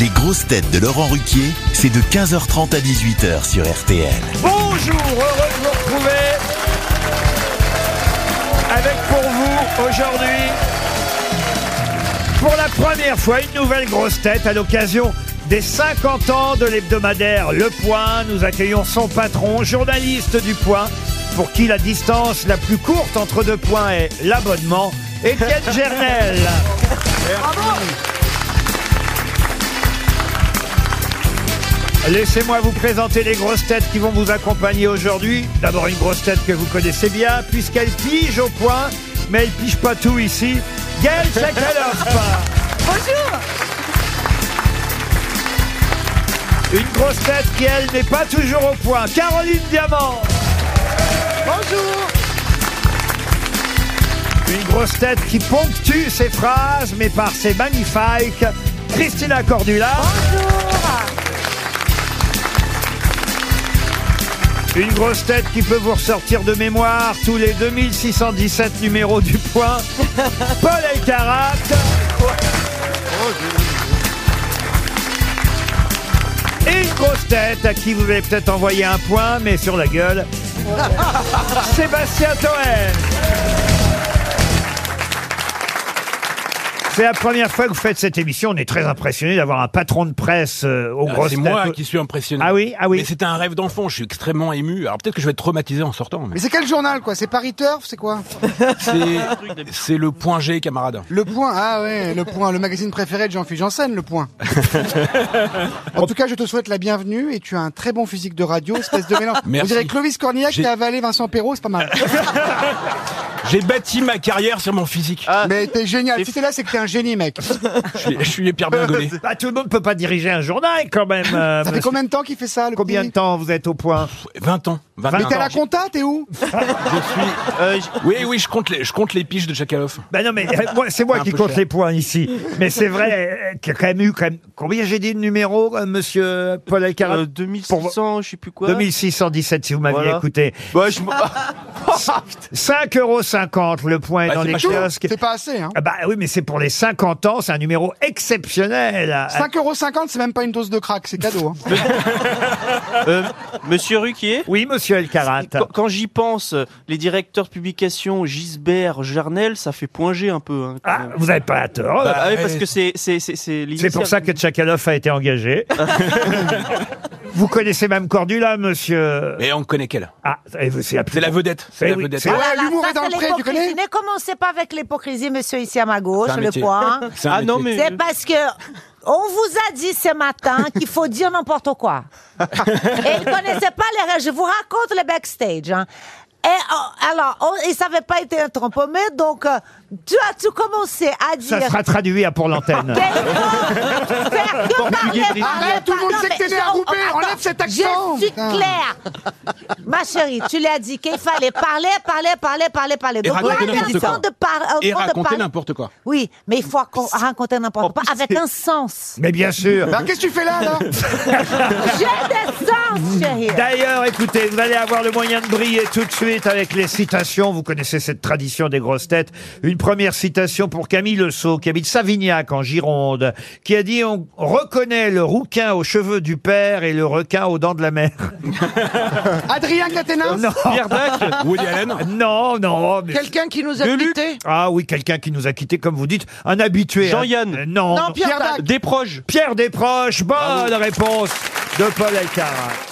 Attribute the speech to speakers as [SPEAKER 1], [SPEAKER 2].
[SPEAKER 1] Les grosses têtes de Laurent Ruquier, c'est de 15h30 à 18h sur RTL.
[SPEAKER 2] Bonjour, heureux de vous retrouver avec pour vous aujourd'hui, pour la première fois, une nouvelle grosse tête à l'occasion des 50 ans de l'hebdomadaire Le Point. Nous accueillons son patron, journaliste du Point, pour qui la distance la plus courte entre deux points est l'abonnement, Étienne Gernel. Laissez-moi vous présenter les grosses têtes qui vont vous accompagner aujourd'hui. D'abord une grosse tête que vous connaissez bien, puisqu'elle pige au point, mais elle pige pas tout ici. Gaël Chakalov
[SPEAKER 3] Bonjour
[SPEAKER 2] Une grosse tête qui, elle, n'est pas toujours au point. Caroline Diamant
[SPEAKER 3] Bonjour
[SPEAKER 2] Une grosse tête qui ponctue ses phrases, mais par ses magnifiques. Christina Cordula
[SPEAKER 3] Bonjour
[SPEAKER 2] Une grosse tête qui peut vous ressortir de mémoire tous les 2617 numéros du point. Paul Elkarat. Et une grosse tête à qui vous avez peut-être envoyé un point, mais sur la gueule. Sébastien Toen. C'est la première fois que vous faites cette émission. On est très impressionné d'avoir un patron de presse euh, aux
[SPEAKER 4] Ah,
[SPEAKER 2] grosses
[SPEAKER 4] c'est
[SPEAKER 2] têtes.
[SPEAKER 4] moi qui suis impressionné.
[SPEAKER 2] Ah oui, ah oui.
[SPEAKER 4] Mais c'était un rêve d'enfant, je suis extrêmement ému. Alors peut-être que je vais être traumatisé en sortant. mais
[SPEAKER 5] Mais c'est quel journal quoi C'est Paris Turf, c'est quoi
[SPEAKER 4] c'est, c'est le point G, camarade.
[SPEAKER 5] Le Point, ah ouais, Le Point, le magazine préféré de Jean-Philippe Janssen, Le Point. en tout cas, je te souhaite la bienvenue et tu as un très bon physique de radio, espèce de mélange.
[SPEAKER 4] Merci.
[SPEAKER 5] On dirait Clovis Cornillac
[SPEAKER 4] J'ai-
[SPEAKER 5] qui a avalé Vincent Perrault, c'est pas mal.
[SPEAKER 4] J'ai bâti ma carrière sur mon physique.
[SPEAKER 2] Ah.
[SPEAKER 5] Mais t'es génial. Si t'es là, c'est que t'es un génie, mec. Ça
[SPEAKER 4] Je suis, je suis les Pierre Bergolet.
[SPEAKER 2] Bah, tout le monde ne peut pas diriger un journal quand même. euh,
[SPEAKER 5] fait
[SPEAKER 2] monsieur.
[SPEAKER 5] combien de temps qu'il fait ça, le
[SPEAKER 2] Combien de
[SPEAKER 5] petit
[SPEAKER 2] temps vous êtes au point
[SPEAKER 4] 20 ans. 20
[SPEAKER 5] Mais t'es à la
[SPEAKER 4] ans.
[SPEAKER 5] compta, t'es où
[SPEAKER 4] Oui, oui, je compte les, je compte les piges de Tchakalov.
[SPEAKER 2] Ben non, mais euh, moi, c'est moi
[SPEAKER 4] Un
[SPEAKER 2] qui
[SPEAKER 4] peu
[SPEAKER 2] compte
[SPEAKER 4] cher.
[SPEAKER 2] les points ici. Mais c'est vrai euh, qu'il y a quand même eu quand même... combien j'ai dit de numéros, euh, Monsieur Paul Alcarat
[SPEAKER 6] Euh, 2600, je sais plus quoi.
[SPEAKER 2] 2617 si vous m'aviez
[SPEAKER 6] Voilà.
[SPEAKER 2] écouté.
[SPEAKER 6] Bah, je m'en-
[SPEAKER 2] 5,50 euros le point
[SPEAKER 4] Bah,
[SPEAKER 2] dans
[SPEAKER 4] c'est
[SPEAKER 2] les
[SPEAKER 4] pas cher.
[SPEAKER 2] kiosques.
[SPEAKER 5] C'est pas assez, hein.
[SPEAKER 2] Ah bah oui, mais c'est pour les 50 ans, c'est un numéro exceptionnel. Ah,
[SPEAKER 5] 5,50€, c'est même pas une dose de crack, c'est cadeau. hein.
[SPEAKER 6] Euh, Monsieur Ruquier
[SPEAKER 2] Oui, Monsieur Alcarat.
[SPEAKER 6] quand, quand j'y pense, les directeurs de publication Gisbert, Jarnel, ça fait point G un peu. hein, quand
[SPEAKER 2] Ah,
[SPEAKER 6] même.
[SPEAKER 2] vous n'avez pas tort.
[SPEAKER 6] Ah oui, parce
[SPEAKER 4] ouais.
[SPEAKER 6] que c'est c'est c'est c'est
[SPEAKER 2] C'est pour ça que Tchakalov a été engagé. vous connaissez même Cordula, monsieur.
[SPEAKER 4] Et on connaît qu'elle.
[SPEAKER 2] Ah, et vous- c'est la plus
[SPEAKER 4] C'est la vedette.
[SPEAKER 2] Eh
[SPEAKER 4] C'est la
[SPEAKER 2] oui,
[SPEAKER 4] vedette.
[SPEAKER 2] c'est
[SPEAKER 5] Ouais,
[SPEAKER 2] vrai.
[SPEAKER 7] Voilà,
[SPEAKER 5] Ah, l'humour
[SPEAKER 7] ça,
[SPEAKER 5] est dans
[SPEAKER 7] c'est
[SPEAKER 5] le pré, tu
[SPEAKER 7] l'hypocrisie.
[SPEAKER 5] connais
[SPEAKER 7] Ne commencez pas avec l'hypocrisie, monsieur, ici à ma gauche,
[SPEAKER 4] C'est un
[SPEAKER 7] le
[SPEAKER 4] métier.
[SPEAKER 7] point.
[SPEAKER 4] C'est un
[SPEAKER 6] Ah non,
[SPEAKER 4] métier.
[SPEAKER 6] mais.
[SPEAKER 7] C'est parce que on vous a dit ce matin qu'il faut dire n'importe quoi. Et ils connaissaient pas les règles. Je vous raconte le backstage. hein. Et euh, alors, on- ils savaient pas été trompés, donc euh, tu as tout commencé à dire.
[SPEAKER 2] Ça sera traduit à pour l'antenne.
[SPEAKER 7] qu'il faut faire que parler, parler,
[SPEAKER 5] Arrête, tout le monde
[SPEAKER 7] parler.
[SPEAKER 5] sait que t'es
[SPEAKER 7] Non, mais
[SPEAKER 5] déroupé,
[SPEAKER 7] je-
[SPEAKER 5] enlève cet accent,
[SPEAKER 7] Je suis
[SPEAKER 5] putain.
[SPEAKER 7] claire. Ma chérie, tu lui as dit qu'il fallait parler, parler, parler, parler, parler.
[SPEAKER 4] Et
[SPEAKER 7] Donc,
[SPEAKER 4] raconter
[SPEAKER 7] là,
[SPEAKER 4] n'importe
[SPEAKER 7] ils
[SPEAKER 4] quoi.
[SPEAKER 7] sont de par-
[SPEAKER 4] Et
[SPEAKER 7] en train de
[SPEAKER 4] raconter
[SPEAKER 7] parler.
[SPEAKER 4] n'importe Oh, quoi.
[SPEAKER 7] Oui, mais il faut raco- raconter n'importe quoi avec un sens.
[SPEAKER 2] Mais bien sûr.
[SPEAKER 5] Alors qu'est-ce que tu fais là, alors
[SPEAKER 7] J'ai des sens, chérie.
[SPEAKER 2] D'ailleurs, écoutez, vous allez avoir le moyen de briller tout de suite avec les citations. Vous connaissez cette tradition des grosses têtes. Une première citation pour Camille Le Sceau, qui habite Savignac, en Gironde, qui a dit « On reconnaît le rouquin aux cheveux du père et le requin aux dents de la mère
[SPEAKER 5] Adrien Caténin
[SPEAKER 2] Non,
[SPEAKER 6] Pierre Dac,
[SPEAKER 4] Woody Allen.
[SPEAKER 2] non, non. mais-
[SPEAKER 8] Quelqu'un qui nous a
[SPEAKER 6] Gueuluc.
[SPEAKER 8] quittés
[SPEAKER 2] Ah oui, quelqu'un qui nous a quittés, comme vous dites, un habitué. hein.
[SPEAKER 6] Jean-Yann.
[SPEAKER 2] Euh, Non, non.
[SPEAKER 5] Pierre Dac
[SPEAKER 6] Desproges.
[SPEAKER 2] Pierre Desproches, bonne réponse de Paul Alcarat.